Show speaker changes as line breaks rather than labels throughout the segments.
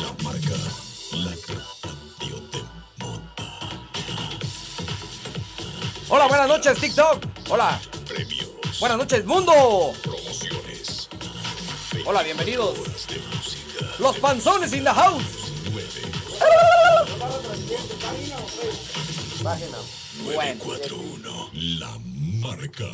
La marca, la que tanto te monta.
Hola, buenas noches, TikTok. Hola,
Premios,
buenas noches, mundo.
promociones,
Hola, bienvenidos.
horas de música,
Los panzones in the house.
nueve,
Página.
941, la marca.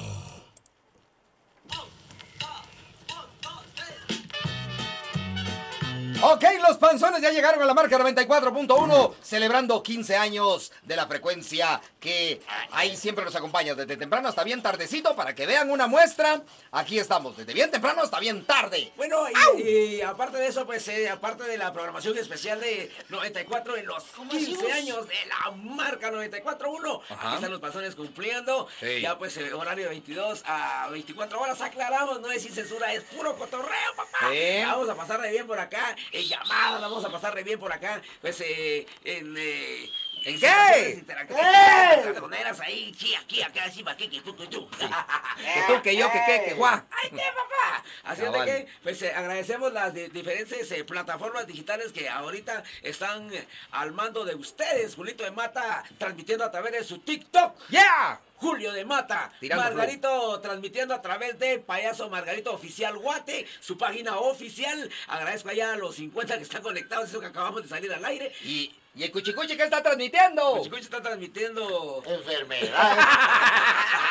Ok, los panzones ya llegaron a la marca 94.1, celebrando 15 años de la frecuencia que ahí siempre nos acompaña, desde temprano hasta bien tardecito, para que vean una muestra. Aquí estamos, desde bien temprano hasta bien tarde.
Bueno, y, y aparte de eso, pues, eh, aparte de la programación especial de 94 en los 15 años de la marca 94.1, aquí están los pasones cumpliendo,
Sí.
ya pues eh, horario de 22 a 24 horas, aclaramos, no es sin censura, es puro cotorreo, papá.
Sí.
Vamos a pasar de bien por acá, en llamadas, vamos a pasar de bien por acá, pues, eh, en... eh, en
qué?
situaciones
¡Eh!
interactivas, cartoneras ahí, aquí, aquí, acá, encima, aquí, que tú, que tú.
Que tú, que yo, que qué, que guá.
¡Ay, qué papá! Así es de
Cabal.
que, pues eh, agradecemos las di- diferentes eh, plataformas digitales que ahorita están eh, al mando de ustedes. Julito de Mata transmitiendo a través de su TikTok.
¡Yeah!
Julio de Mata,
Tirando
Margarito transmitiendo a través de Payaso Margarito Oficial Guate, su página oficial. Agradezco allá a los 50 que están conectados, eso que acabamos de salir al aire.
Y, y el cuchicuchi que está transmitiendo.
Chicucho está transmitiendo
Enfermedad.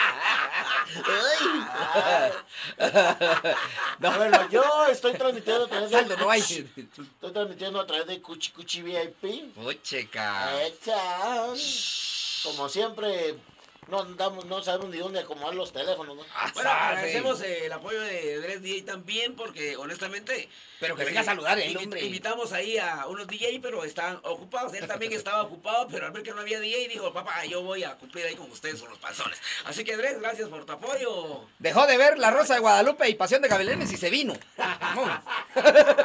Ay.
No,
Bueno, yo estoy transmitiendo a través de
Saldo, no hay.
Estoy transmitiendo a través de Cuchi Cuchi VIP.
Puchica.
Echa. Como siempre, no andamos, no sabemos ni dónde acomodar los teléfonos. ¿no?
Bueno,
Sas,
agradecemos
eh.
eh, el apoyo de Dres DJ también, porque honestamente.
Pero que
pues,
venga a
eh,
saludar el
invi-
hombre.
Invitamos ahí a unos DJ, pero estaban ocupados. Él también estaba ocupado, pero al ver que no había DJ, dijo: Papá, yo voy a cumplir ahí con ustedes con los panzones. Así que, Dres, gracias por tu apoyo.
Dejó de ver La Rosa de Guadalupe y Pasión de Gavilanes y se vino. Vamos.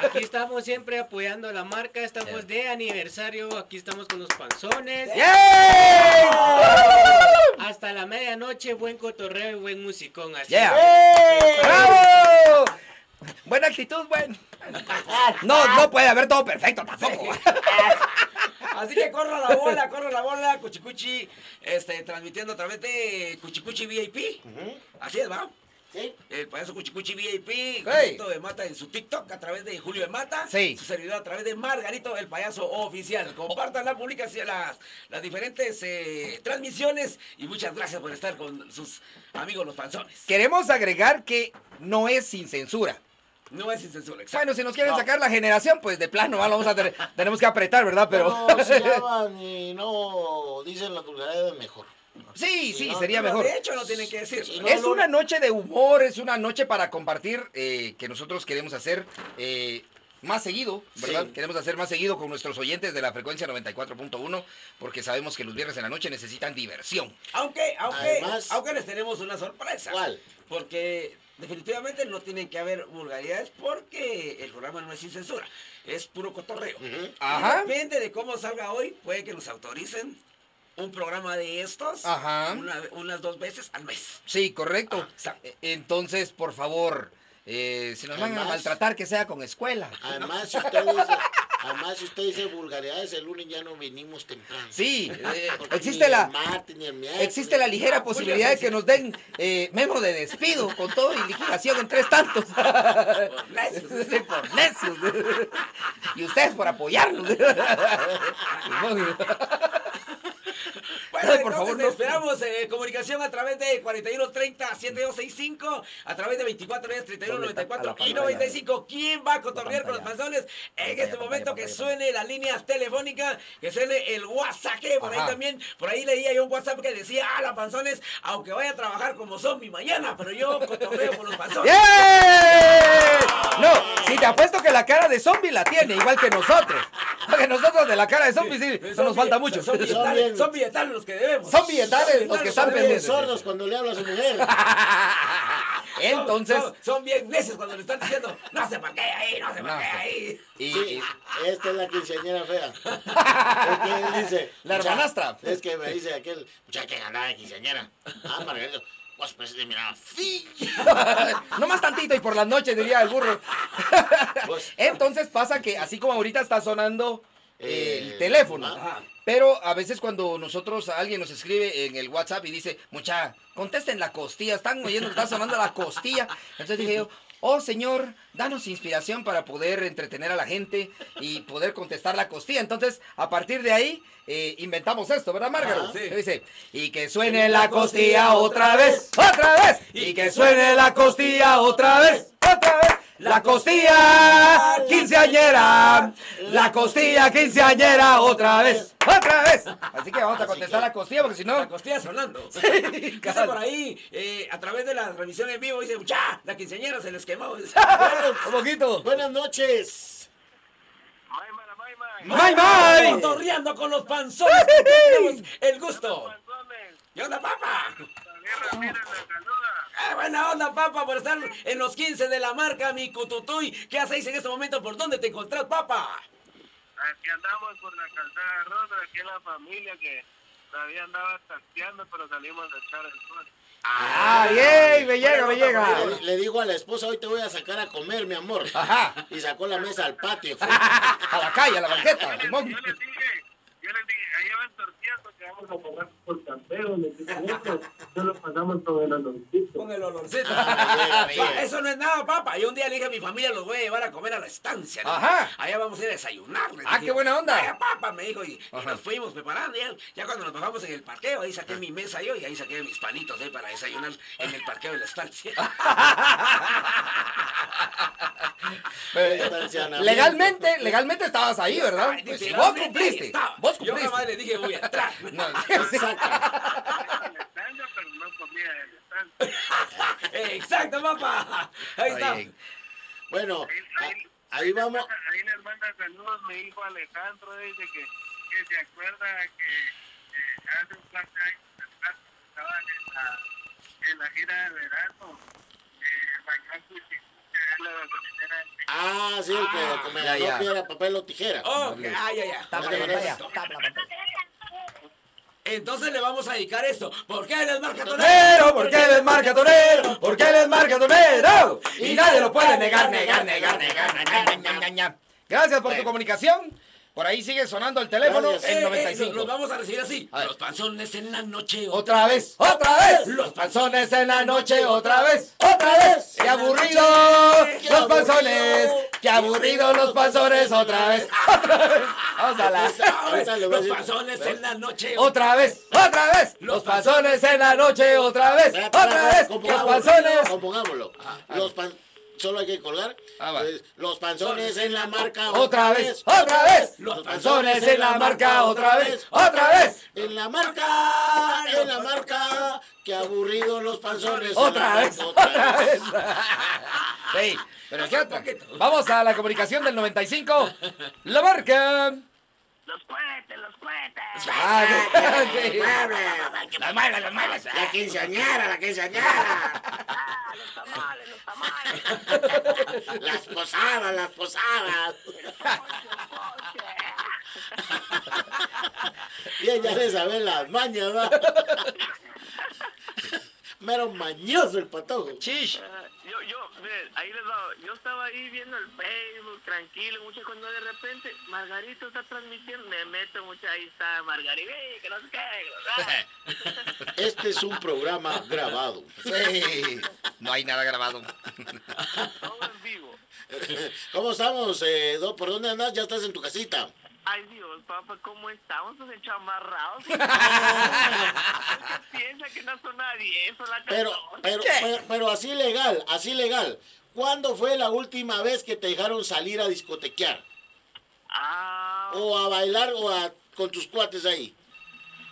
Aquí estamos siempre apoyando a la marca, estamos de aniversario, aquí estamos con los panzones.
¡Yeah!
Hasta la medianoche, buen cotorreo y buen musicón. Así
Yeah. ¡Bravo! Buena actitud, buen. No, no puede haber todo perfecto tampoco.
Así que corra la bola, corra la bola, Cuchicuchi, este, transmitiendo a través de Cuchicuchi VIP. Así es, va.
¿Sí?
El payaso Cuchicuchi VIP,
Hey.
Julito de Mata en su TikTok a través de Julio de Mata.
Sí.
Su servidor a través de Margarito, el payaso oficial. Compartan la publicación, las, las diferentes eh, transmisiones y muchas gracias por estar con sus amigos los panzones.
Queremos agregar que no es sin censura.
No es sin censura, exacto.
Bueno, si nos quieren
No.
sacar la generación, pues de plano, ah, lo vamos a tener- tenemos que apretar, ¿verdad? Pero
No se llaman y no dicen las vulgaridades mejor.
sí, sí,
No,
sería
Ah, Pero
mejor.
De hecho, lo tienen que decir.
Sí, no,
Es una noche de humor, es una noche para compartir eh, que nosotros queremos hacer eh, más seguido, ¿verdad?
Sí.
Queremos hacer más seguido con nuestros oyentes de la frecuencia 94.1 porque sabemos que los viernes en la noche necesitan diversión.
Aunque, aunque,
Además-
aunque les tenemos una sorpresa.
¿Cuál?
Porque definitivamente no tienen que haber vulgaridades porque el programa no es sin censura. Es puro cotorreo.
Ajá.
Y Depende de cómo salga hoy, puede que nos autoricen un programa de estos
Ajá.
una- unas dos veces al mes.
Sí, correcto.
Ah, exacto.
E- Entonces, por favor, eh, si nos van a
Además-
maltratar, que sea con escuela.
Además, si usted dice, además, si usted dice vulgaridades, el lunes ya no venimos temprano.
Sí, eh,
Porque ni
existe
el
la...
martes, ni el miércoles.
Existe la ligera
Ah, pues,
posibilidad
ya
de
sé,
que
sí.
nos den eh, memo de despido con todo y liquidación en tres tantos.
Por meses.
Sí, por necios. Y ustedes por apoyarnos.
Bueno,
Ay, por
por
favor,
favor,
no.
esperamos eh, comunicación a través de 4130-7265, a través de 2410-3194
Doble
y
tap a la
95. ¿Quién va a cotorrear con los
pantalla.
panzones? En
Pantalla,
este momento
pantalla,
que
pantalla,
suene las líneas telefónicas, que suene el WhatsApp, que por ahí
Ajá.
también, por ahí leía yo un WhatsApp que decía, ah, la panzones, aunque vaya a trabajar como zombie mañana, pero yo cotorreo con los panzones.
¡Bien! No, si te apuesto que la cara de zombie la tiene, igual que nosotros. Porque nosotros de la cara de zombie sí, no nos falta mucho.
Son
Son
billetales,
bien.
son billetales los que debemos.
Son billetales los que
billetales
están
Son bien
pendientes.
sordos cuando le habla a su mujer.
Entonces,
Son, son bien necios cuando le están diciendo, no se parquee ahí, no se
No,
parquee
sí.
ahí.
y-
Sí,
y-
esta es la quinceañera fea. Es que él dice,
La
"Mucha,
hermanastra".
Es que me dice aquel, muchacha que andaba de quinceañera. Ah, Margarito.
Pues, pues, mira, fi.
no más tantito y por las noches, diría el burro. Pues, Entonces pasa que así como ahorita está sonando eh, el
Eh,
teléfono,
ajá.
pero a veces cuando nosotros, alguien nos escribe en el WhatsApp y dice, mucha, contesten la costilla, están oyendo que está sonando la costilla. Entonces dije yo, oh señor, danos inspiración para poder entretener a la gente y poder contestar la costilla. Entonces, a partir de ahí, eh, inventamos esto, ¿verdad, Margarita?
Ajá, sí.
Dice, y Ah, que suene la costilla otra vez, otra vez, y que suene la costilla otra vez, otra vez. La costilla quinceañera, la costilla quinceañera otra vez, otra vez. Así que vamos a contestar la costilla porque si no,
La costilla sonando. Dice
cabal.
por ahí, eh, a través de las revisiones en vivo, dice, ¡ya! La quinceañera se les quemó.
un poquito.
Buenas noches.
May, mara, may, may.
¡Bye, bye!
Cotorreando con los panzones. que tenemos el gusto.
Gómez,
¿Qué onda, papa?
Javier Ramírez la saluda.
Ah, buena onda, papa, por estar en los 15 de la marca, mi cututuy. ¿Qué hacéis en este momento? ¿Por dónde te encontrás, papa?
Aquí andamos por la calzada rosa, aquí la familia que todavía andaba tasteando, pero salimos a echar el sol.
¡Ah, yay! Me llega, me llega.
Le, le digo a la esposa, hoy te voy a sacar a comer, mi amor.
Ajá.
Y sacó la mesa al patio.
A la calle, a la
Yo
banqueta.
les,
Simón.
yo les dije, yo les dije, ahí van tortillas porque vamos a pagar por camperos, les dije eso, solo pasamos con el aloncito.
Con el olorcito.
Ah, bien, bien.
Eso no es nada, papa. Yo un día le dije a mi familia, los voy a llevar a comer a la estancia. ¿no?
Ajá.
Allá vamos a ir a desayunar. les
Ah,
dije.
qué buena onda.
Vaya, papa, me dijo. Y, y
Ajá.
nos fuimos preparando. Ya, ya cuando nos bajamos en el parqueo, ahí saqué mi mesa yo y ahí saqué mis panitos eh, para desayunar en el parqueo de la estancia.
Ah,
Distanciamiento.
Legalmente, legalmente estabas ahí, ¿verdad?
Ay,
Pues,
dije,
vos
"Hombre, ahí
cumpliste.
estaba".
Vos
Yo
cumpliste.
jamás le dije, voy a entrar.
Exacto.
En la estancia, pero no comía en la estancia.
Eh, Exacto, papá. Ahí está.
Oye,
Bueno,
Ahí, ahí-
a- ahí vamos.
Ahí les manda saludos mi hijo Alejandro, dice que, que se acuerda que eh, hace un par de años atrás estaban en la, en la gira de verano, eh, bailando cuchicucha en ¿eh? la gasolinera.
Ah, sí, el que como
Ya, ya.
no piedra, papel o tijera.
Oh, que- ah, ya, ya.
Tapa la
Bueno,
pantalla,
listo.
tapa la pantalla.
Entonces le vamos a dedicar esto. ¿Por qué les marca
Tonero, ¿por qué les marca Tonero? ¿Por qué les marca Tonero? Y nadie lo puede negar, negar, negar, negar, negar, negar, negar. Gracias por tu comunicación. Por ahí sigue sonando el teléfono
Gracias.
en
Eh, eh, Los
95.
vamos a recibir así.
A ver.
Los panzones en la noche. oh.
Otra vez, otra vez. Los panzones en la noche, otra vez, otra vez. Qué aburrido, los panzones. Qué aburrido, los panzones, otra vez, otra vez. Vamos a la.
Ahorita le voy a
Los
decir-
panzones en la noche. oh.
Otra vez, otra vez. Los panzones en la noche, otra vez,
Espera,
otra
espera,
vez. Los
compongámoslo,
panzones.
Compongámoslo. Los pan- Solo hay que colgar.
Ah, va.
Eh, Los panzones en la marca.
Otra vez, Ah. otra vez. Los panzones en la marca, otra vez, otra vez.
En la marca, en la marca. Qué aburrido los panzones. en la
Otra
marca,
vez, otra vez. Sí, pero ¿qué otra? Vamos a la comunicación del 95. La marca.
Los cohetes, los cohetes.
Ah, sí.
Las muebles, las muebles. La quinceañera, la quinceañera.
Ah, los tamales, los tamales.
Las posadas, las posadas. Bien, ya le saben las mañas, ¿no? Mero mañoso el patojo.
Chish.
Yo, yo, miren, ahí les va, yo estaba ahí viendo el Facebook, tranquilo, mucho cuando de repente Margarito está transmitiendo, me meto mucho, ahí está Margarito, ¡eh, que no sé qué, que no sé qué.
Este es un programa grabado.
Sí. No hay nada grabado.
todo en vivo.
¿Cómo estamos? eh, Do? ¿Por dónde andas? Ya estás en tu casita.
Ay Dios, papá, ¿cómo estamos? Nos enchamarrados.
Ah,
¿Qué piensa que no son nadie? Son la
Pero,
catorce.
pero, pero, pero así legal, así legal. ¿Cuándo fue la última vez que te dejaron salir a discotequear?
Ah,
O a bailar o a, con tus cuates ahí.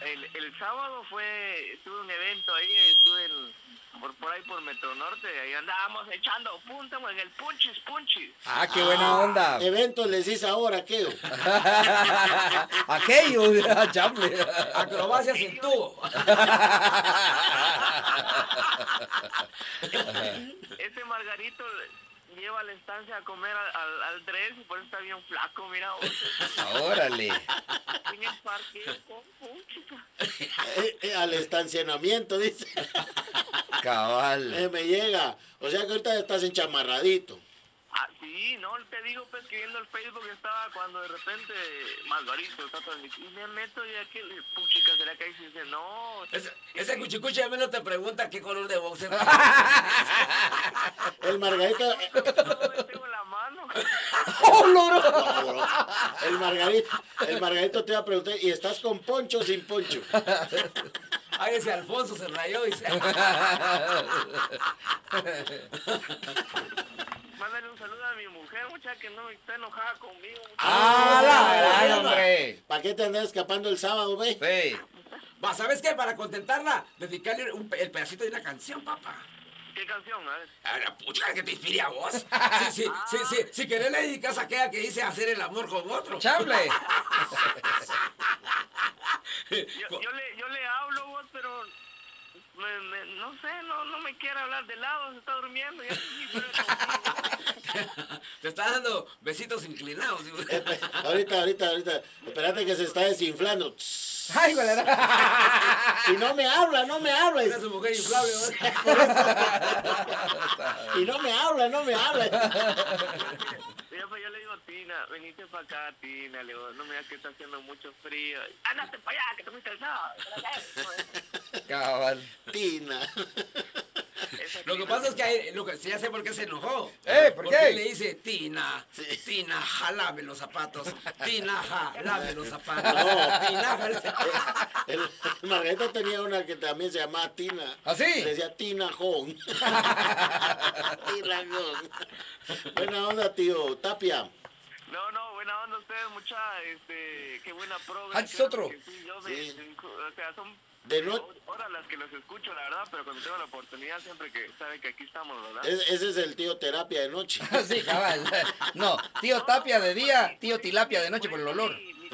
el, el sábado fue, estuve en un evento ahí, estuve en, por, por ahí por Metro Norte, ahí andábamos echando punta, en el punchis, punchis.
Ah, qué buena onda.
Eventos les dices ahora, ¿qué?
Aquello, chamble.
Acrobacias en tubo.
Ese Margarito lleva a la estancia a comer al, al, al Dres y por eso está bien flaco, mira. o sea,
Órale.
En el parque, con puchica.
Eh, eh, al estacionamiento, dice. Eh,
Cabal.
me llega. O sea que ahorita estás enchamarradito.
Ah, sí, no, te digo, pues que viendo el Facebook estaba cuando de repente Margarito está transmitiendo. Y me meto y aquel, puchica, será que ahí sí dice, no.
Ese, ese cuchicuche al menos te pregunta qué color de boxer.
El margarito. eh,
No le tengo la mano.
¡Oh, loro!
cabrón. El margarito. El margarito te iba a preguntar, ¿y estás con poncho o sin poncho?
Ay, ese Alfonso se rayó y se...
Mándale un saludo a mi mujer, muchacha, que no está enojada conmigo.
¡Ah, la gran, hombre!
¿Para qué te andas escapando el sábado, güey?
Sí.
Va, ¿sabes qué? Para contentarla, dedicarle un pe- el pedacito de una canción, papá.
¿Qué canción? A ver.
A la pucha que te inspire a vos. Sí, sí, sí, sí. Si querés le dedicas a aquella que dice hacer el amor con otro.
¡Chamble!
Yo, yo le, yo le hablo, vos, pero me- me- no sé, no, no me quiere hablar de lado, se está durmiendo. Ya, sí, pero conmigo.
Te está dando besitos inclinados. digo.
Ahorita, ahorita, ahorita. Espérate que se está desinflando. Tss,
¡Ay, güey!
Y no me habla, no me habla.
Mira su ¿eh? mujer inflable, vos.
Y no me habla, no me habla.
Mira, pues yo le digo, Tina, venite para acá, Tina. Le digo, no me digas que está haciendo mucho frío. Ándate para allá, que te fuiste el sábado.
Cabal.
Tina.
Esa
Lo que
Tina.
pasa es que ahí- lo que, ya sé por qué se enojó.
Eh, ¿por
Porque
qué?
él le dice, Tina, Tina, jalame los zapatos. Tina, jalame los zapatos.
No.
Tina, jalame los zapatos.
El, el Margarito tenía una que también se llamaba Tina.
¿Ah, sí?
Le decía Tina Jón. Tina Jón. Buena onda, tío. Tapia.
No, no, buena onda ustedes, mucha, este, qué buena prueba.
Ah, es otro.
Sí, yo me-
Sí.
me incu- o sea, son
De no-
horas las que los escucho, la verdad, pero cuando tengo la oportunidad siempre que saben que aquí estamos, ¿verdad?
Es- ese es el tío terapia de noche.
Sí, cabal. No, tío Tapia
pues
de día, tío Tilapia de noche por el olor. Ah,
Ahí mi-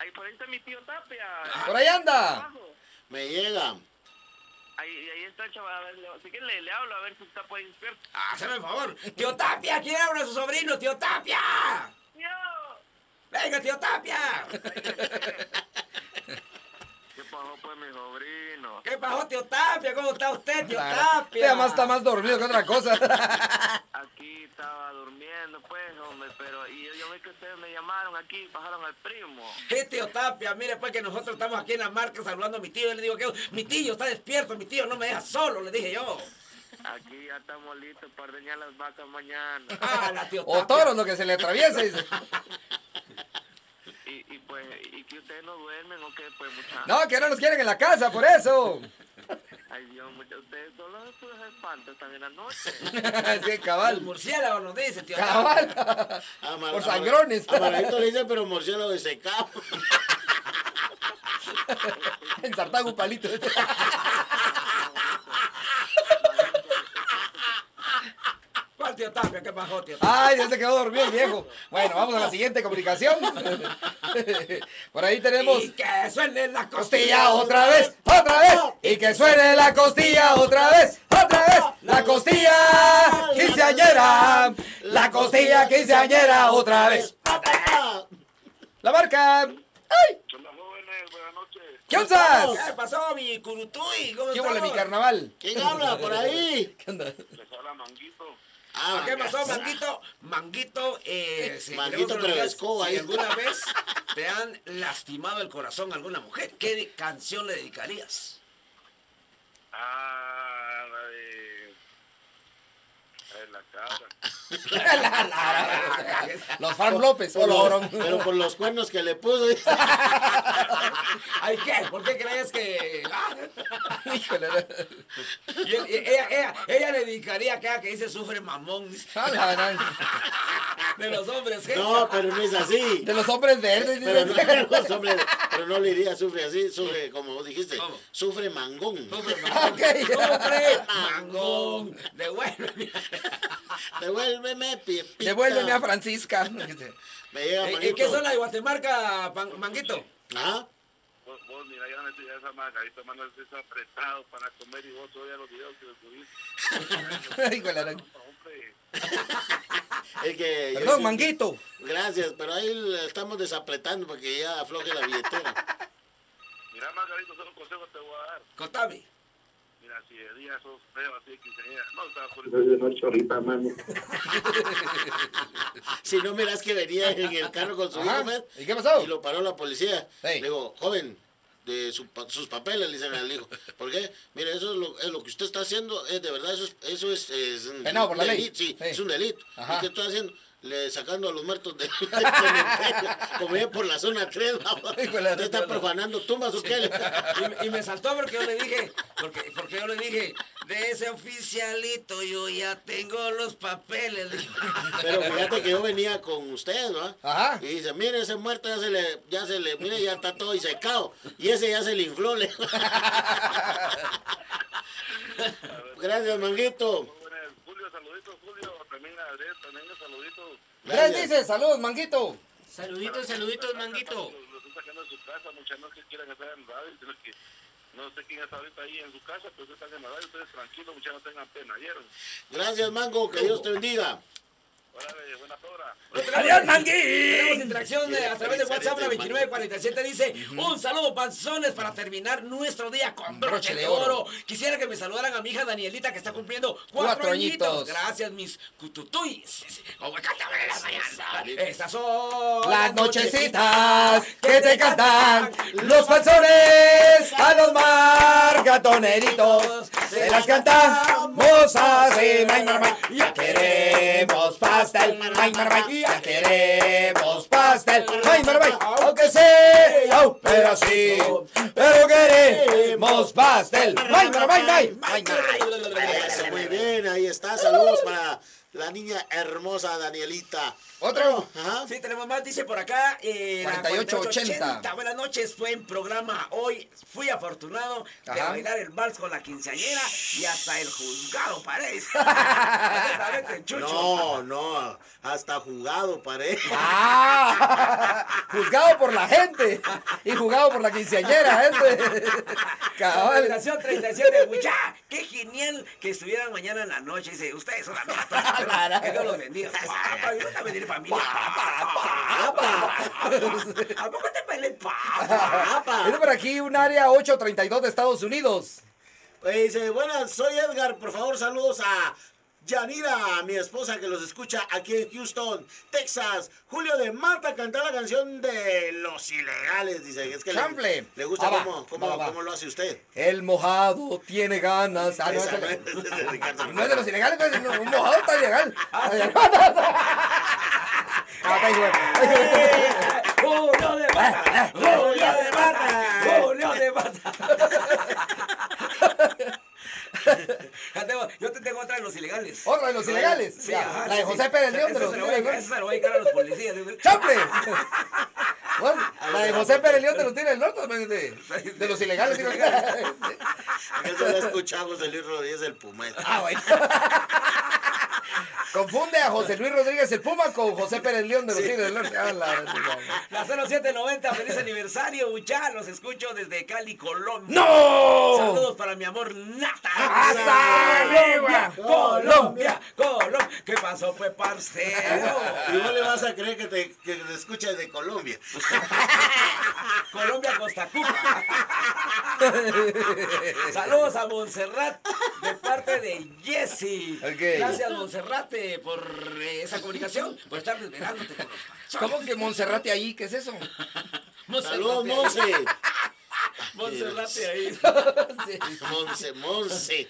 ahí por ahí está mi tío Tapia.
¡Por ahí anda!
Abajo.
Me llega.
Ahí, ahí está el chaval. a ver, le- Si quieren le, le hablo a ver si está por ahí despierto.
Ah, Hazme el favor. Tío Tapia, ¿quién habla a su sobrino? Tío Tapia.
¡Tío!
Venga, tío Tapia.
¿Qué pasó pues mi sobrino?
¿Qué pasó, tío Tapia? ¿Cómo está usted, tío
Claro.
Tapia?
Este además está más dormido que otra cosa.
Aquí estaba durmiendo pues, hombre, pero y yo, yo vi que ustedes me llamaron aquí, bajaron al primo.
Eh, tío Tapia, mire pues que nosotros estamos aquí en la marca saludando a mi tío. Y le digo que mi tío está despierto, mi tío no me deja solo, le dije yo.
Aquí ya estamos listos para ordeñar las vacas mañana.
Ah, la tío Tapia.
O toros, lo que se le atraviesa. dice.
Y, y pues, y que ustedes no duermen o qué, pues muchachos.
No, que no nos quieren en la casa, por eso.
Ay Dios, mucha- ustedes son los puros espantos también la noche.
Sí,
Los
cabal.
murciélagos nos dice, tío Tapia.
Cabal.
A Mar-
Por
a Mar-
sangrones.
A Margarito le dice, pero Morciélago de secado.
Ensartado un palito.
¿Cuál tío Tapia? ¿Qué pasó, tío Tapia?
Ay, ya se quedó dormido el viejo. Bueno, vamos a la siguiente comunicación. Por ahí tenemos.
Y que suenen las
Costilla
oh.
otra vez, otra vez. Y que suene la costilla otra vez, otra vez. La costilla quinceañera. La costilla quinceañera otra vez. La marca. ¡Ay!
Hola jóvenes, buenas noches.
¿Qué onzas?
¿Qué pasó, mi curutuy? ¿Cómo
oh. ¿Qué
estamos?
huele mi carnaval?
¿Quién habla por ahí?
¿Qué onda?
Les habla Manguito.
Ah,
¿Qué pasó,
gracias.
Manguito? Manguito, eh, si queremos
Manguito, pero de
preguntar
escoba,
si
ahí.
alguna vez te han lastimado el corazón a alguna mujer, ¿qué de- canción le dedicarías?
Ah, la de... La de la cabra.
Los Fran López.
Por
o
los-
los-
pero por los cuernos que le puso. dice.
Ay, ¿qué? ¿Por qué crees que...? ah?
Híjole.
Y él- y ella, ella, ella le dedicaría a aquella que dice sufre mamón
A Ah, la gran-
de los hombres. ¿eh?
No, pero no es así.
De los hombres verdes.
Pero
dice.
no, los hombres- pero no le diría sufre así, sufre como vos dijiste,
¿Cómo?
sufre mangón.
Sufre
Ah,
mamón.
ok.
Sufre mangón. Devuélveme.
Devuélveme, piepita.
Devuélveme a Eh, Francisca.
Me llega
Eh,
Ah,
¿Y- ¿Y
Manguito.
qué son las de Guatemalca, Pan- Manguito?
Ajá.
Pues vos, vos mira, ya no estoy a esa marca, ahí tomando eso apretado para comer y vos todavía los videos que subís.
Hijo de la gran-
Hombre,
Es que yo
Perdón,
sí-
manguito.
Gracias, pero ahí la estamos desapretando para que ya afloje la billetera.
mira Margarito, solo un consejo te voy a dar.
Contame.
Mira, si de día sos feo, así de quinceañera, no estás por
Entonces de noche ahorita, mami.
Si no miras que venía en el carro con su
Ajá.
hijo, ¿ves?
¿Y qué pasó?
Y lo paró la policía.
Ey.
Le digo, joven, de su pa- sus papeles, le dicen al hijo. ¿Por qué? Mire, eso es lo, es lo que usted está haciendo, es de verdad, eso es, eso es, es un
Penado por la ley.
delito, Sí,
Sí.
es un delito.
Ajá.
¿Y qué está haciendo? Le, sacando a los muertos de del cementerio, como ya por la zona 3,
Hijo de la
usted está
gran-
profanando tumbas o qué.
Y me- Y, me saltó porque yo le dije, porque, porque yo le dije, de ese oficialito yo ya tengo los papeles.
Pero fíjate que yo venía con usted, ¿no?
Ajá.
Y dice, mire, ese muerto ya se le, ya se le, mire, ya está todo y secado. Y ese ya se le infló. le- Gracias, manguito.
Muy buenas. Julio, saluditos, Julio. También a Andrés, también los saluditos.
Tres
Gracias.
dice, saludos, manguito.
Saluditos, saluditos, manguito.
Los, los están sacando de su casa, muchas no que quieran estar en radio, sino que no sé quién está ahorita ahí en su casa, pero ustedes están en la radio, ustedes tranquilos, muchas no tengan pena. ¿Ayer?
Gracias, mango. Que Dios te bendiga.
Órale, buena hora.
¡Adiós, Mangui! Tenemos interacción de- a través de WhatsApp, la 2947 dice, un saludo, panzones, para terminar nuestro día con broche de oro. Quisiera que me saludaran a mi hija Danielita, que está cumpliendo cuatro,
Cuatro
añitos.
añitos.
Gracias, mis cututuyes. Como cántame de la mañana. Estas son
Las nochecitas que te cantan los panzones a los margatoneritos. Se las cantamos así, ay, marmay. Ya queremos pastel, ay, marmay. Ya queremos pastel, ay, marmay. Aunque sea un pedacito, pero queremos pastel, ay, marmay, ay, ay, marmay.
Eso, muy bien, ahí está. Saludos para la niña hermosa Danielita.
Otro.
Ajá.
Sí, tenemos más, dice por acá. Eh, la
4880.
4880. Buenas noches, fue en programa hoy. Fui afortunado de
Ajá.
bailar el vals con la quinceañera y hasta el juzgado parece. Exactamente, Chucho.
No, no. Hasta jugado, paré.
¡Ah! Juzgado por la gente y juzgado por la quinceañera, este. Cabal.
Comunicación 37, mucha, pues qué genial que estuvieran mañana en la noche. Dice, ustedes son la noche. Que Dios los bendiga. Papá, yo también diré familia. ¿A poco te pelees?
Viene por aquí un área 832 de Estados Unidos.
Eh, dice, buenas, soy Edgar, por favor, saludos a Yanira, mi esposa que los escucha aquí en Houston, Texas. Julio de Mata cantar la canción de Los Ilegales, dice, es que le,
Chanfle.
le gusta
Ah, va,
cómo, cómo-
va, va.
cómo lo hace usted.
El mojado tiene ganas. Ah, no,
Esa,
ese-
es de Ricardo.
no es de los ilegales, pues, no, un mojado está ilegal. Ah, está igual.
Julio de Mata, Eh, Julio de Mata, Julio de Mata. Ya tengo- Yo te tengo otra de los ilegales.
Otra de los ilegales.
Sí,
Ya,
ajá,
la de
sí,
José
sí.
Pérez León de
Esa
los
se la voy a-
Tigres.
esa se la voy a dedicar a los policías.
¡Chample! Bueno, la de José Pérez León de los Tigres del Norte, pues, de, de los ilegales. digo.
Eso lo escuchamos el Luis Rodríguez del Pumet.
Ah, bueno. Confunde a José Luis Rodríguez el Puma con José Pérez León de los Tigres del Norte. Ah, la- la-
La 0790, feliz aniversario, mucha. Los escucho desde Cali, Colombia.
¡No!
Saludos para mi amor Nata.
¡Hasta
Colombia,
arriba!
Colombia, Colombia. ¿Qué pasó, pues, parcero?
Y vos le vas a creer que te, que te escucha de Colombia.
Colombia, Costa Cuba. Saludos a Montserrat de parte de Jesse.
Ok.
Gracias, Montserrat, eh, por eh, esa comunicación, por estar desvelándote con los panzones.
¿Cómo que Monserrate ahí? ¿Qué es eso?
Monserrate
Saludos,
ahí.
Monse.
Monserrate ahí.
Monse, Monse.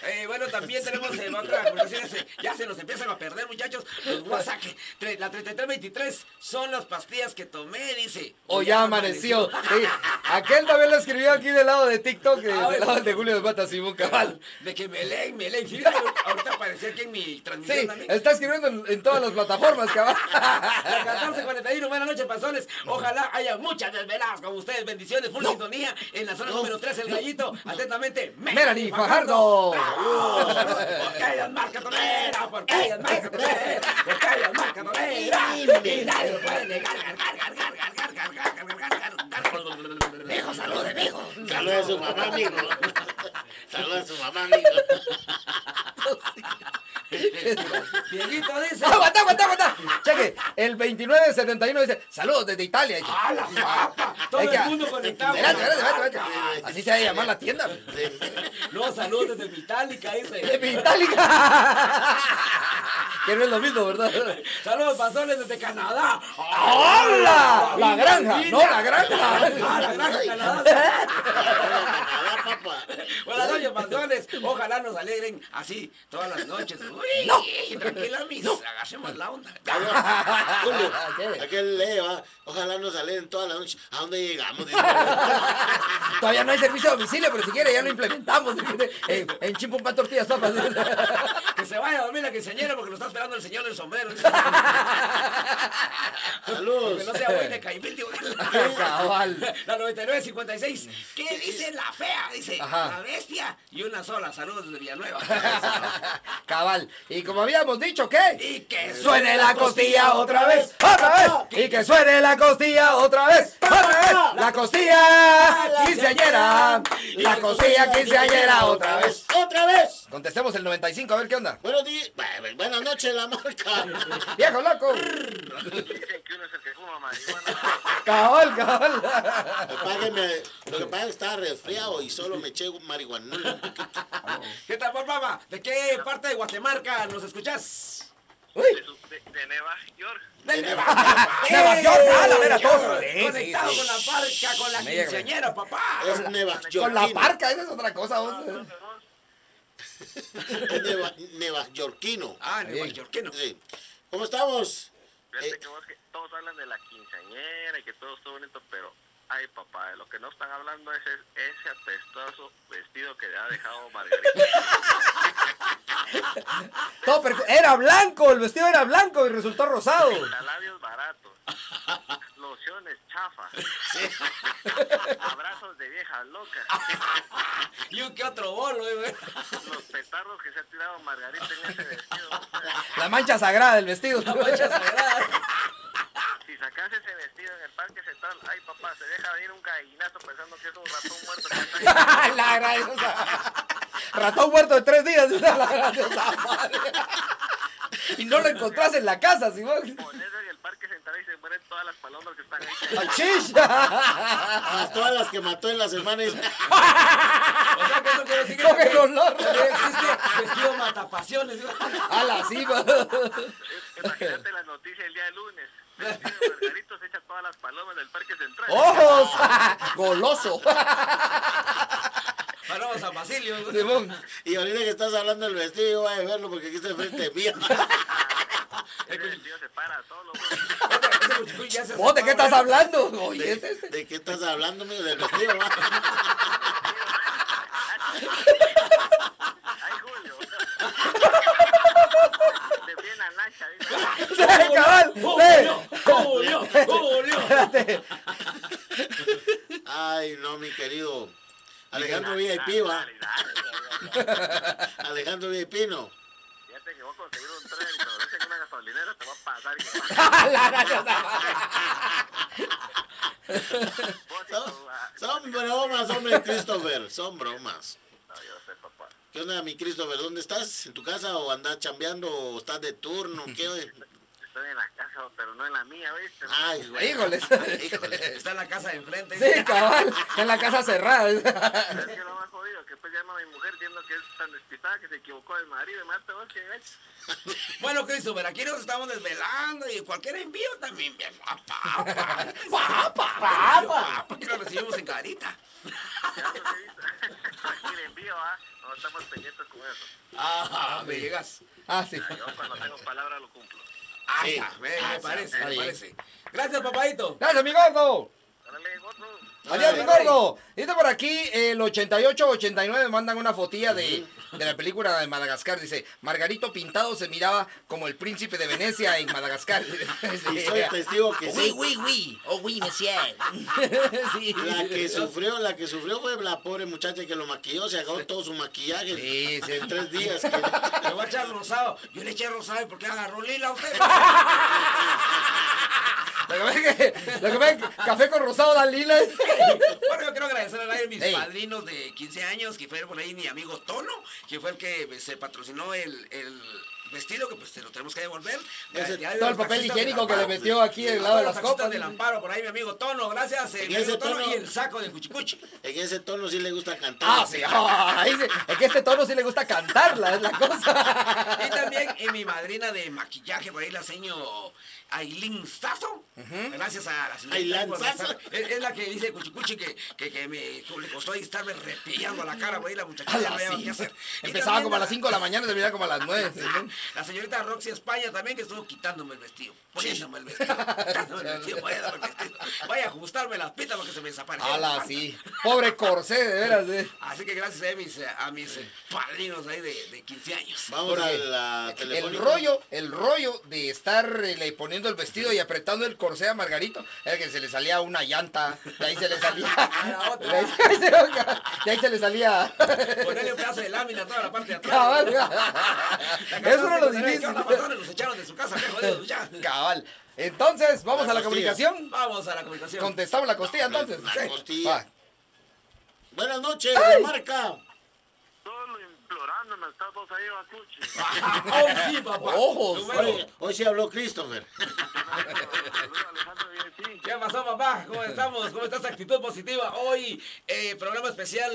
Eh, bueno, también tenemos eh, otra comunicación. Ya se- Ya se nos empiezan a perder, muchachos. Los WhatsApp, que tre- la 3323 son las pastillas que tomé, dice.
O ya amaneció. Sí. Aquel también lo escribió aquí del lado de TikTok, eh,
Ah,
del
bueno.
lado de Julio de Mata Simón Cabal.
De que me leen, me leen. Fíjate, ahorita apareció aquí en mi transmisión
Sí,
también.
está escribiendo en, en todas las plataformas, cabal.
La 1441, buenas noches, pasones. Ojalá haya muchas desveladas con ustedes. Bendiciones, full sintonía. En la zona número 3, el gallito. Atentamente,
Melanie Fajardo.
¡Bravo! Porque hay las marcas toreras, porque hay las marcas toreras, porque hay las marcas toreras. Y nadie lo puede negar. Gar, gar, gar, gar, gar, gar, gar, gar, gar, gar, gar, gar, gar, gar, gar, gar, gar, gar, gar,
su mamá, amigo. Saluda a su mamá, amigo.
Dieguito dice.
Aguanta, aguanta, aguanta. Cheque, el 2971 dice, saludos desde Italia. Dice,
¡A la papa! Todo
Hay que-
el mundo conectado.
Espérate, espérate, espérate, espérate. Así se va a llamar la tienda.
No, saludos desde Vitalica,
De
dice.
Pitálica. Que no es lo mismo, ¿verdad?
Saludos, pasones desde Canadá.
¡Hola! La granja,
Virginia.
no la granja.
Ah, la granja, Canadá.
Canadá, papá.
Buenas noches, pasones. Ojalá nos alegren así todas las noches. Uy, no. tranquila, mis. Agachemos la onda.
Julio,
¿Qué?
aquel le va. Ojalá nos salen toda la noche. ¿A dónde llegamos? Dice.
Todavía no hay servicio a domicilio, pero si quiere ya lo implementamos. En, en Chimpumpa Tortillas Papas.
Que se vaya a dormir la quinceañera porque lo está esperando el señor del sombrero. Que no
Saludos.
sea buena, Caimil, digo.
Cabal.
La 9956. ¿Qué dice la fea? Dice,
Ajá.
la bestia. Y una sola. Saludos desde Villanueva.
Cabal. Y como habíamos dicho, ¿qué?
y que
Suene la costilla otra vez, Eh, otra vez. Y que suene la costilla otra vez, otra vez. La costilla quinceañera. La costilla quinceañera otra vez.
Otra vez.
Contestemos el 95, a ver qué onda.
Buenos días. Bu- Buenas noches, la marca.
Viejo loco.
Dicen que uno es el que fuma marihuana.
Cabal, cabal.
Págueme. Lo que pasa es que estaba resfriado y solo me eché un marihuanol. un poquito.
¿Qué tal, papá? ¿De qué parte de Guatemala nos escuchás?
de, su- de- de Nueva York.
De
Ah, Nueva York, a la vera, todos. Sí, sí,
¡Eh! Conectado
sí.
con la barca, con la
Mira,
quinceañera, papá.
Es Nueva
Con la
Yorkino.
parca, esa es otra cosa.
Ah,
vos.
Es Nueva- Nueva Yorkino.
Ah, Nueva Yorkino.
Sí. ¿Cómo estamos?
Fíjate
Eh.
que vos que todos hablan de la quinceañera y que todo está bonito, pero ay papá, de lo que no están hablando es es- ese apestoso vestido que le ha dejado Margarita.
Todo percu- era blanco, el vestido era blanco y resultó rosado.
Labios baratos, lociones chafas, abrazos de viejas locas,
Y un que otro bolo, eh,
los petardos que se ha tirado Margarita en ese vestido.
La mancha sagrada del vestido.
La mancha sagrada.
Si sacas ese vestido en el parque central, ay papá, se deja venir un gallinazo pensando que es un ratón muerto. que está ahí.
la graciosa. Ratón muerto de tres días. la graciosa madre. Y no lo encontrás en la casa, Simón.
Ponerse en el parque central y se mueren todas las palomas que están ahí.
¡Achís!
A todas las que mató en las semanas.
O sea, que eso quiere decir que
Con el olor.
que existe vestido matapasiones.
A la cima.
Imagínate la noticia el día de lunes. Vestido Margarito se echa todas las palomas del Parque Central.
¡Ojos! ¡Goloso!
Hablamos a Basilio.
Simón.
Y ahorita que estás hablando del vestido, yo voy a verlo porque aquí está enfrente mía.
Ese vestido se para a todos los
Ese cuchicuy ya se
¿Vos de qué estás hablando? Oye,
¿De,
este- este-
de qué estás hablando, amigo? Del vestido. va?
¡Ay, Julio! Se viene a Nacha, dice.
¡Cabal!
¡Julio!
¡Sí!
¡Julio! ¡Julio!
Espérate.
Ay, no, mi querido. Alejandro
Dale,
VIP, va.
dale, dale, dale.
Alejandro VIP, no.
Fíjate que voy a conseguir un tren y te lo dicen en una gasolinera, te va a pasar. que va.
A la graciosa madre.
Vos y
Son,
tú, ah,
son bromas, hombre, Christopher. Son bromas.
No, yo sé, papá.
¿Qué onda, mi Christopher? ¿Dónde estás? ¿En tu casa o andás chambeando o estás de turno? ¿Qué? hoy?
Estoy en la casa, pero no en la mía, ¿viste?
Ay, güey.
Híjoles.
Híjole.
Está en la casa de enfrente.
Sí, cabal. En la casa cerrada.
¿Sabes qué es lo más jodido? Que después llama a mi mujer diciendo que es tan despistada que se equivocó de marido. Marte, vos que ves.
Bueno, Christopher, aquí nos estamos desvelando y cualquier envío también bien guapa.
Papá.
Porque lo recibimos en carita.
Ya no te visto. Aquí le envío, ¿ah? No estamos pendientes con eso.
Ah, me llegas.
Ah, sí.
Yo cuando tengo palabra lo cumplo.
Ah, ya, me, me parece, me parece. Gracias, papadito.
Gracias, mi gordo.
Dale, otro.
Adiós, mi gordo. Dice por aquí, el 88-89 mandan una fotilla de, de la película de Madagascar. Dice, Margarito Pintado se miraba como el príncipe de Venecia en Madagascar.
Y soy testigo que sí.
oui, oui. Oh, oui, monsieur. sí.
La que sufrió, la que sufrió fue la pobre muchacha que lo maquilló, se acabó todo su maquillaje
Sí, sí.
en tres días. que-
Le voy a echar rosado. Yo le eché rosado porque agarró lila a usted.
Lo que pasa es que, lo que pasa es que café con rosado da lila.
Bueno, yo quiero agradecer al aire mis
Ey.
padrinos de 15 años, que fueron por ahí mi amigo Tono, que fue el que pues, se patrocinó el, el vestido, que pues se lo tenemos que devolver.
Ese-
Ya- ya
todo el
los
papel
taxistas
higiénico
del
que le
Amparo,
metió
sí.
aquí del
A
lado de las
todos los taxistas
copas.
del amparo, por ahí mi amigo Tono, gracias, eh,
En
mi amigo
ese
tono,
tono-
y el saco del cuchicuchi.
En ese tono sí le gusta cantar.
Ah, sí. ah, ahí sí. Es que este tono sí le gusta cantarla, es la cosa.
Y también en mi madrina de maquillaje, por ahí la seño Ailín Sazo. Gracias a la señora.
Ailán Sazo.
Es, es la que dice Cuchicuchi que, que, que me que le costó ahí estarme repillando la cara, por ahí la muchacha.
A las cinco. Empezaba como a las 5 de la mañana y terminaba como a las 9.
Ah, La señorita Roxy España también que estuvo quitándome el vestido, poniéndome el vestido, quitándome el vestido, poniéndome el vestido. Vaya a ajustarme las pitas para que se me desaparezca.
Ala, sí. Pobre corsé, de veras. eh.
Así que gracias a mis, a mis eh, padrinos ahí de, de 15 años.
Vamos a
Porque
la
el
telefónica.
rollo, el rollo de estar eh, le poniendo el vestido y apretando el corsé a Margarito, era que se le salía una llanta, de ahí se le salía.
la otra.
De ahí se- de ahí se le salía.
Ponerle un pedazo de lámina a toda la parte de atrás.
Cabal.
La casa
Eso era lo
se- ¿Qué
difícil.
onda, patrones? Los echaron de su casa, qué jodidos, ya.
Cabal. Entonces, vamos
La
a la
costilla.
comunicación.
Vamos a la comunicación.
Contestamos la costilla entonces.
La
Sí.
costilla.
Va.
Buenas noches, marca.
Solo implorándome, estás vos ahí, Bacuchi.
Ah, oh, sí, papá.
Ojos,
Bueno,
Hoy, hoy sí habló Christopher.
Saludos, Alejandro, bien, sí.
¿Qué pasó, papá? ¿Cómo estamos? ¿Cómo estás? Actitud positiva. Hoy, eh, programa especial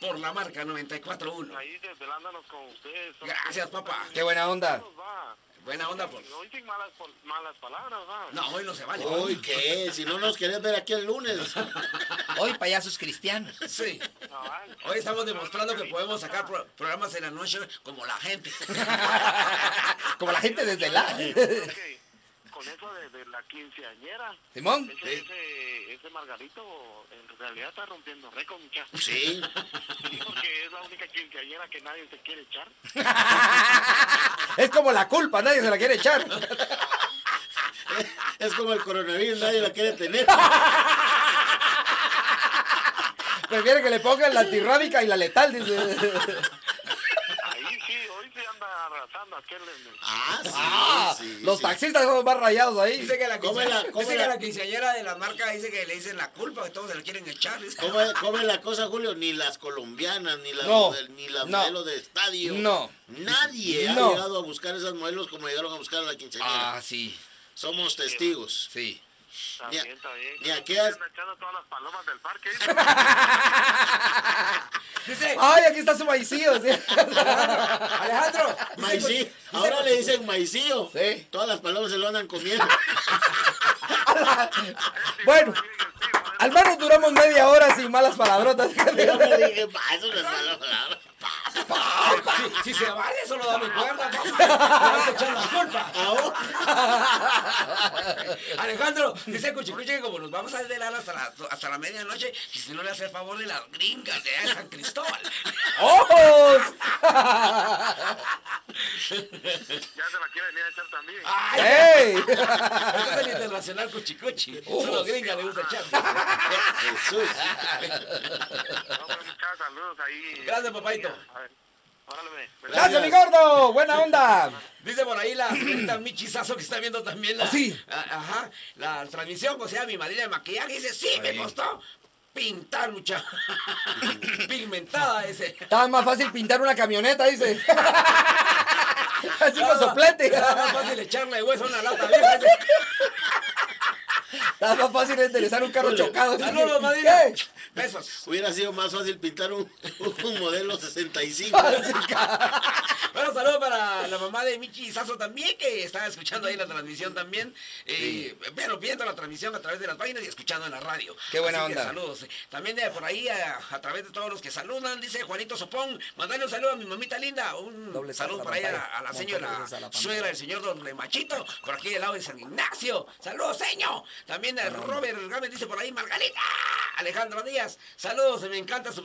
por la marca 94.1.
Ahí desvelándonos con ustedes. son-
Gracias, papá.
Qué buena onda.
Va.
Buena onda, por...
Hoy sin malas, por- malas palabras, va.
No, hoy no se vale.
Uy, ¿qué? Si no nos querés ver aquí el lunes.
Hoy payasos cristianos.
Sí.
Cabal.
Hoy estamos demostrando que podemos sacar pro- programas en la noche como la gente.
Como la gente desde la.
Yo creo que Con eso de, de la quinceañera,
Simón.
ese, ese, ese Margarito en realidad está rompiendo récord, muchachos.
Sí.
Porque es la única quinceañera que nadie se quiere echar.
Es como la culpa, nadie se la quiere echar.
Es como el coronavirus, nadie la quiere tener.
Prefiere que le pongan la antirrábica y la letal, dice.
Ahí sí, hoy se anda arrasando aquel. en-
Ah, sí.
Ah,
sí,
los
sí.
taxistas son los más rayados ahí.
Dice que la,
¿Cómo es la-
quince-
cómo
dice
la-
que la quinceañera de la marca dice que le dicen la culpa, que todos se la quieren echar. dice.
¿Cómo es, cómo es la cosa, Julio? Ni las colombianas, ni las,
No,
model- ni las
no.
modelos de estadio.
No.
Nadie ha
No.
llegado a buscar esas modelos como llegaron a buscar a la quinceañera.
sí,
Somos testigos.
sí.
Está
Ni a-
bien, está bien.
ni a qué
Se
has-
anda echando todas las palomas del parque. ¿eh?
Dice,
Ay, aquí está su maicillo. Sí.
Alejandro, dice,
Maicí.
dice-
Ahora le dicen maicillo.
Sí.
Todas las palabras se lo andan comiendo.
Bueno,
Sí, sí, sí, bueno.
al menos duramos media hora sin malas palabrotas.
Yo me dije, "Pa, eso no es mala palabra".
si, si se Ah, vale, solo dame cuerda, papá. No te echar la culpa. Alejandro, dice Cuchicuche que como nos vamos a desvelar hasta la, hasta la medianoche, que si no le hace el favor de las gringas de allá de San Cristóbal.
¡Ojos!
Ya se la quiere venir a echar también.
Ay,
¡Ey!
este es el internacional Cuchicuchi. Solo gringas le gusta echar.
Jesús.
No, pues, muchas saludos ahí.
Gracias, papaito.
A ver, órale, pues. ve.
¡Gracias, mi gordo! ¡Buena onda!
Dice por ahí la señorita Michi Sasso que está viendo también la,
Sí.
a- ajá, la transmisión, o sea, mi madrina de maquillaje, dice, sí, me costó pintar mucha pigmentada ese.
Estaba más fácil pintar una camioneta, dice. Así con soplete.
Era más
Estaba
fácil echarle hueso a una lata vieja. dice.
más fácil enderezar un carro chocado. dice.
Saludos, madrina.
¡Ey!
Besos.
Hubiera sido más fácil pintar un, un modelo 65.
Bueno, saludos para la mamá de Michi Sasso también, que está escuchando ahí la transmisión también. eh, Pero viendo la transmisión a través de las páginas y escuchando en la radio.
Qué buena
Así que
onda.
saludos. También eh, por ahí, a, a través de todos los que saludan, dice Juanito Sopón, mandale un saludo a mi mamita linda. Un
Doble tap
saludo
la
por ahí a,
pantalla.
a la
Monta
señora,
veces a la pantalla.
suegra del señor Don Remachito, por aquí del lado de San Ignacio. Saludos, señor. También a Robert Gámez dice por ahí, Margarita. Alejandro Díaz, saludos, me encanta su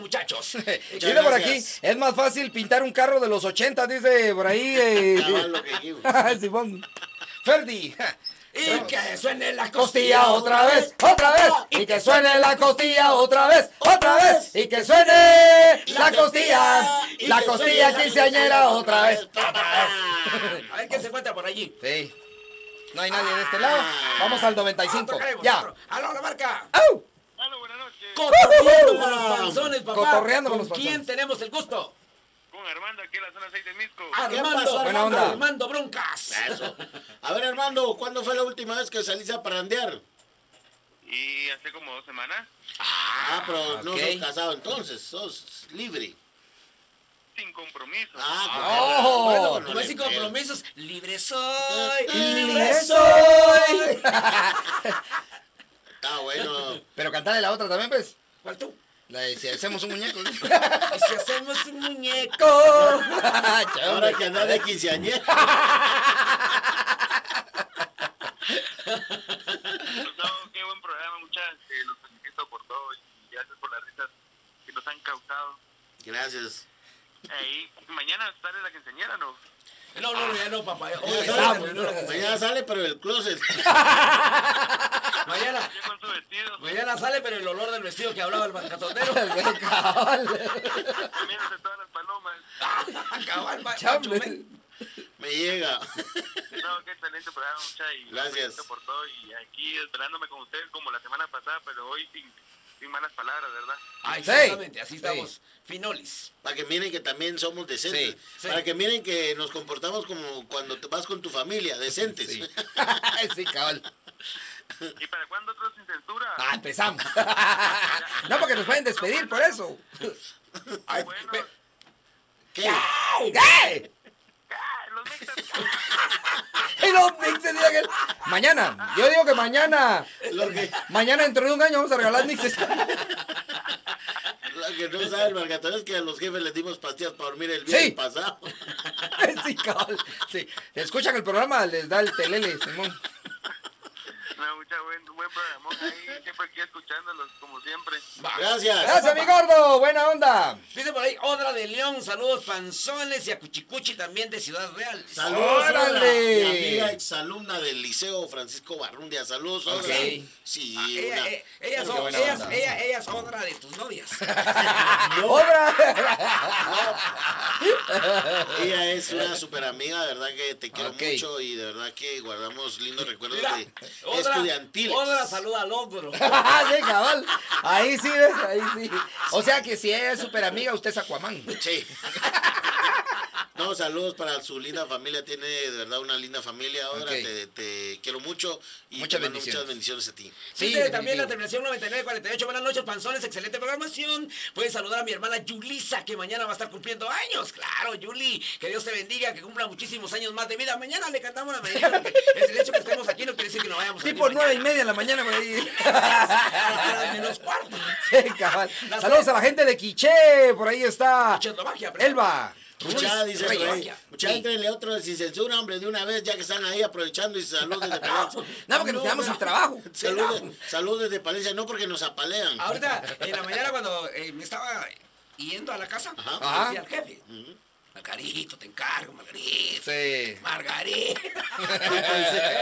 muchachos.
Dice por aquí,
gracias.
es más fácil pintar un carro de los 80, dice por ahí. eh. Ah,
Cabal lo que dijimos.
Simón. Ferdi.
Y que suene la
Costilla otra vez, otra vez, y que suene la costilla otra vez, otra vez, y que suene la costilla, la costilla quinceañera otra vez.
Ah, A ver qué se cuenta por allí.
Sí. No hay nadie de este lado. Vamos al 95. ya.
¡Aló, la marca!
¡Au!
Hola, buenas noches.
¡Cotorreando con los panzones, papá!
Cotorreando con los
con
panzones.
quién tenemos el gusto?
Con Armando aquí en la zona 6 de Misco.
Ah,
Armando,
pasó,
Buena
Armando,
onda.
Armando Broncas.
Ah, Eso. A ver, Armando, ¿cuándo fue la última vez que saliste a parrandear?
Y hace como dos semanas,
Ah, pero no
ok.
sos casado entonces, sos libre.
sin compromiso.
Ah,
Oh.
bueno,
Como
no
Como
le
sin
creo.
compromisos, libre soy.
¡Libre soy!
Está Ah, bueno.
Pero cantale la otra también, pues.
¿Cuál tú?
La de si hacemos un muñeco.
Y si hacemos un muñeco.
Ahora
Ahora
que andás de quinceañera.
No, qué buen programa, muchachos. Eh, los felicito por todo y gracias por las risas que nos han causado.
Gracias.
Ahí, mañana sale la que enseñaron, ¿no?
No, no, no, ya no, papá. Hoy
Mañana
es el
sale,
terminó la canción.
mañana sale, pero el closet.
Mañana,
Ya con su vestido,
mañana sale, pero el olor del vestido que hablaba el marcatondero.
comiéndose todas las palomas.
Cabal, ma- macho,
Me llega.
No, qué excelente programa, muchachos. y
Gracias.
los felicito por todo y aquí esperándome con ustedes como la semana pasada, pero hoy sin, sin malas palabras, ¿verdad?
Ah,
Sí.
exactamente, así
Sí.
estamos. Finolis.
Para que miren que también somos decentes.
Sí,
sí.
Para que miren que nos comportamos como cuando te vas con tu familia, decentes.
Sí. sí, cabal.
¿Y para cuándo otro sin censura?
Ah, empezamos. no, porque nos pueden despedir por eso.
Ay,
Ah, bueno,
pe-
¿Qué?
¡Eh!
ah, los mixtas.
Y los mixes, diga que- Mañana. Yo digo que mañana.
Lo que,
Mañana dentro de un año vamos a regalar mixes.
lo que no sabe el marcatón es que a los jefes les dimos pastillas para dormir el viernes
Sí.
pasado.
sí, cabal. Sí. Escuchan el programa, les da el telele, Simón.
No, mucha buen, buen programa ahí, siempre aquí escuchándolos, como siempre.
Gracias.
Gracias, mi gordo. Buena onda.
dice por ahí, Odra de León, saludos panzones y a Cuchicuchi también de Ciudad Real.
Saludos a la,
¡Órale!
mi amiga exalumna del Liceo Francisco Barrundia. Saludos, Olga.
Ok.
Sí,
Ella,
una-
eh, ella,
Qué
son-
buena
ellas-
onda.
ella- ella es Odra de tus novias.
ella es una super amiga, de verdad que te quiero
Ok.
mucho y de verdad que guardamos lindos recuerdos
Mira,
de
Odra,
estudiantiles.
Odra saluda al ogro.
sí, cabal. Ahí sí, ¿ves? Ahí sí. O sea que si ella es súper amiga, usted es Aquaman.
Sí. No, saludos para su linda familia. Tiene de verdad una linda familia. Ahora
Ok.
te, te quiero mucho y
Muchas
te mando
bendiciones.
muchas bendiciones a ti.
Sí,
Sí, también la
definitivo.
terminación 9948. Buenas noches, panzones. Excelente programación. Puedes saludar a mi hermana Yulisa, que mañana va a estar cumpliendo años. Claro, Yuli. Que Dios te bendiga, que cumpla muchísimos años más de vida. Mañana le cantamos la mañana. porque El hecho que estemos aquí no quiere decir que no vayamos a
Tipo
venir
nueve y media de la mañana por ahí.
mañana. A las menos cuarto.
Sí, cabal. Saludos a la gente de Quiché, por ahí está.
Checoslovaquia, pero-
Elba.
Mucha,
Ruiz
dice
Reyes.
Rey. Mucha, entrenle otro sin censura, hombre, de una vez, ya que están ahí aprovechando y saludos desde Palencia.
No, porque nos quedamos sin trabajo.
Saludos, saludos desde Palencia, no porque nos apalean.
Ahorita, en la mañana, cuando eh, me estaba yendo a la casa,
Ajá.
me decía al jefe: Margarito, te encargo, Margarito.
Sí.
Margarito.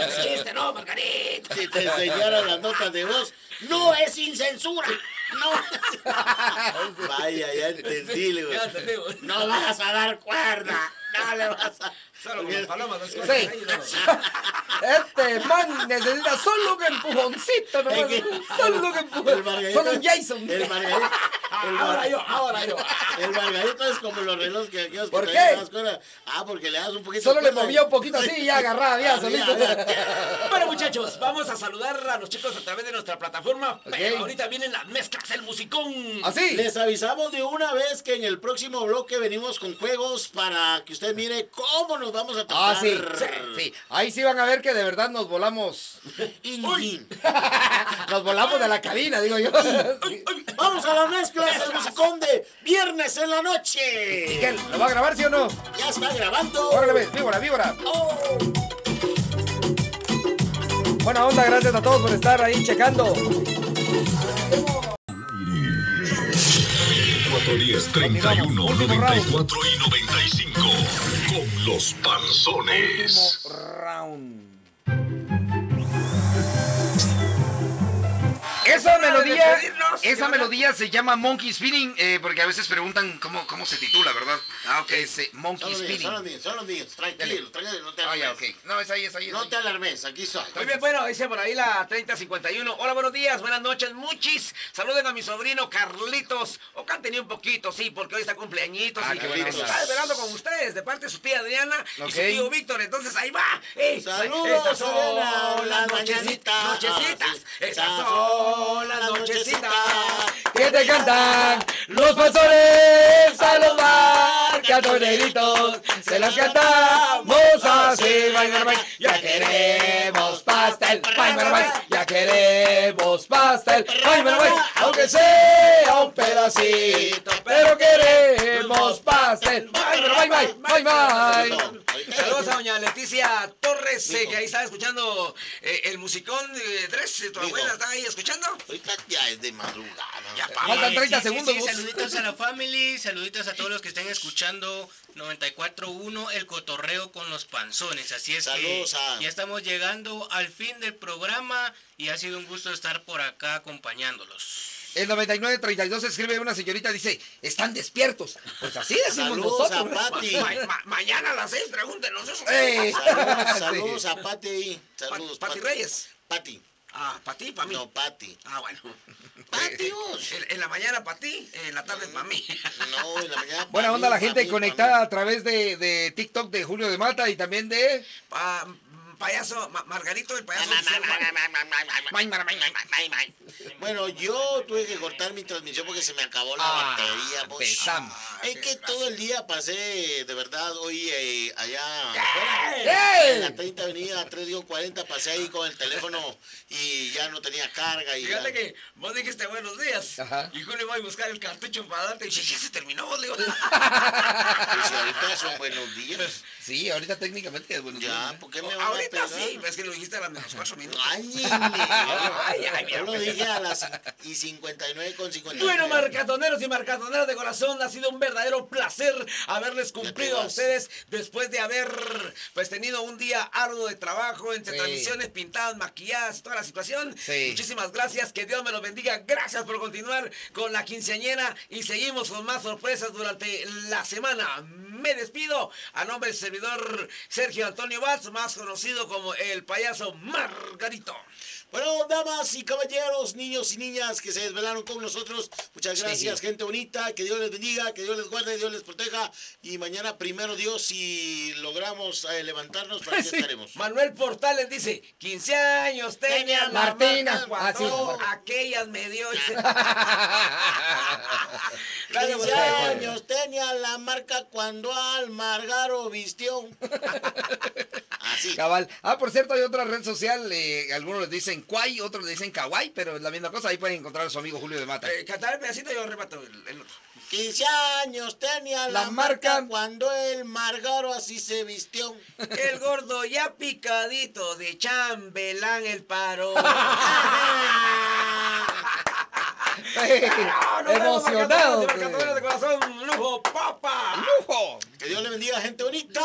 Es chiste, no, Margarito.
Si te enseñaran las notas de voz, no es sin censura. No. es- Vaya, ya entendí, le digo.
Ya entendí, güey.
No vas a dar cuerda. No le vas a.
Solo con las palomas, las cosas.
Sí.
ahí, no.
Este man necesita solo un empujoncito, nomás.
Es que-
Solo un
El
empujoncito.
Margarito-
Solo un Jason.
El margarito. el Mar-
Ahora yo, ahora yo.
El margarito es como los relojes que aquellos que
¿Por
traen
qué?
las cuerdas. Ah, porque le das un poquito.
Solo
de
le
cuerda.
movía un poquito así y ya agarraba, ya
Ah,
solito.
Bueno, muchachos, vamos a saludar a los chicos a través de nuestra plataforma. Pero
Ok. Ah,
ahorita vienen las mezclas, el musicón.
Así.
Les avisamos de una vez que en el próximo bloque venimos con juegos para que usted mire cómo nos vamos a tratar.
Ah, sí. Sí. Ahí sí van a ver que de verdad nos volamos.
Iñín.
Nos volamos de la cabina, digo yo.
Vamos a la mezcla del musicón de viernes en la noche.
Miguel, ¿lo va a grabar, sí o no?
Ya está grabando.
Órale, pues, víbora, víbora. Buena onda, gracias a todos por estar ahí checando.
410 31 94 y 95 con los panzones.
Round. Esa melodía,
despedirnos,
esa
¿verdad?
melodía se llama Monkey Spinning, eh, porque a veces preguntan cómo, cómo se titula, ¿verdad? Ah, ok. Ese,
Son
Monkey
los niños,
Spinning.
son los niños, son los niños. Tranquilo, tranquilo, no te
Ah,
alarmes.
ya, ok. No, es ahí, es ahí. es
pues. No
ahí.
te alarmes, aquí soy.
Muy bien, bueno, dice por ahí la 3051. Hola, buenos días, buenas noches, muchis. Saluden a mi sobrino Carlitos. O canten un poquito, sí, porque hoy está cumpleañitos
Ah,
y
qué buena
está
onda.
esperando con ustedes, de parte de su tía Adriana
Ok.
y su tío Víctor. Entonces ahí va. Eh,
Saludos,
estas son
Adriana,
las
las
nochecitas.
mañanitas.
Nochecitas.
Sí.
Estas son las nochecitas.
que te cantan los pastores a los marcatoneritos. Se las cantamos así, bailar, bailar. Ya queremos pastel, bailar, bailar. Ya queremos pastel, bailar, bailar. Aunque sea un pedacito, pero queremos pastel, bailar, bailar, bailar, bailar.
Saludos a doña Leticia Torres, eh, que ahí está escuchando eh, el musicón 3. ¿Tu
Digo.
abuela está ahí escuchando?
Ahorita ya es de madrugada.
Ya, pa.
Faltan
Sí,
30
sí, sí,
segundos,
sí,
vos.
saluditos a la family, saluditos a todos los que estén escuchando 94.1 El Cotorreo con los Panzones. Así es
Saludos
que
a-
ya estamos llegando al fin del programa y ha sido un gusto estar por acá acompañándolos.
El 9932 escribe una señorita, dice, están despiertos. Pues así decimos
Saludos a
nosotros.
Pati. Eh.
Ma- ma- mañana a las 6, pregúntenos eso.
Ey.
Saludos,
Sí.
saludos a Pati ahí. Saludos,
Pa- Pati Reyes.
Pati.
Ah, para ti, para mí.
No, Pati.
Ah, bueno.
Patios.
En, en la mañana para ti, en la tarde para mí.
No, en la mañana.
Buena
pa'
onda
mí,
la
pa'
gente
mí, pa'
conectada
mí.
a través de, de TikTok de Julio de Mata y también de...
Pa- mm, payaso, ma- Margarito, el payaso. oficial, ma-
Bueno, yo tuve que cortar mi transmisión porque se me acabó la
Ah,
batería. pues.
empezamos.
Es que todo el día pasé, de verdad, hoy eh, allá
¡Ey!
en la 30 Avenida 340 pasé ahí con el teléfono y ya no tenía carga. Y
Fíjate
ya-
que vos dijiste buenos días.
Ajá.
Y Julio iba a buscar el cartucho para darte. Y dije, ya se terminó, vos, le digo.
pues, ahorita son buenos días.
Sí, ahorita técnicamente es bueno.
Ya, ¿por qué me van a
Ahorita
pegar?
sí, pues, es que lo dijiste a las menos cuatro minutos.
Ay, ni-
Ay, ay, mira,
yo lo
pues.
dije a las y 59 con 59.
Bueno, marcatoneros y marcatoneras de corazón, ha sido un verdadero placer haberles cumplido a
vas.
ustedes después de haber pues tenido un día arduo de trabajo entre
Sí.
transmisiones pintadas, maquilladas, toda la situación.
Sí.
Muchísimas gracias, que Dios me los bendiga. Gracias por continuar con la quinceañera y seguimos con más sorpresas durante la semana. Me despido a nombre del servidor Sergio Antonio Vaz, más conocido como el payaso Margarito.
Bueno, damas y caballeros, niños y niñas que se desvelaron con nosotros, muchas gracias, gente bonita, que Dios les bendiga, que Dios les guarde, Dios les proteja. Y mañana, primero Dios, si logramos eh, levantarnos, para aquí estaremos.
Manuel Portales dice, 15 años tenía la
Martina.
Marta cuando
Ah, sí, la Marta.
aquellas me dio. Gracias,
15
Manuel.
años tenía la marca cuando al Margaro vistió. Así.
Cabal. Ah, por cierto, hay otra red social, eh, algunos les dicen Kwai, otros le dicen Kawaii, pero es la misma cosa, ahí pueden encontrar a su amigo Julio de Mata.
Eh, cantar el pedacito yo remato el, el otro.
15 años tenía la,
La marca.
marca, cuando el Margaro así se vistió.
El gordo ya picadito de chambelán el paro. Ah, eh. No, no,
Emocionado.
no,
pues.
marcadores de corazón, lujo, papa.
Ojo.
Que Dios le bendiga, gente bonita.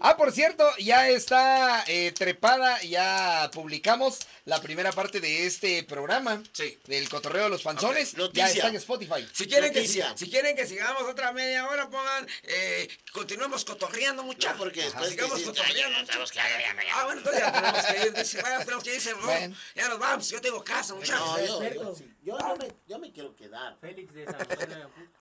Ah, por cierto, ya está eh, trepada, ya publicamos la primera parte de este programa.
Sí.
Del cotorreo de los panzones.
Ok, noticia.
ya está en Spotify.
Si quieren, que, si,
Noticia.
si quieren que sigamos otra media hora, pongan, eh, continuemos cotorreando muchachos.
No, porque después
sigamos
decís,
cotorreando.
"Ay, ya tenemos que-
mucha".
ya, ya, ya".
Ah, bueno, entonces ya tenemos que ir, dice, "Vaya, tenemos que irse, ¿no?
Bueno.
ya nos vamos, yo tengo casa, muchachos.
No, yo, yo,
Experto.
sí. Yo no me, yo me quiero quedar.
Félix de San Juan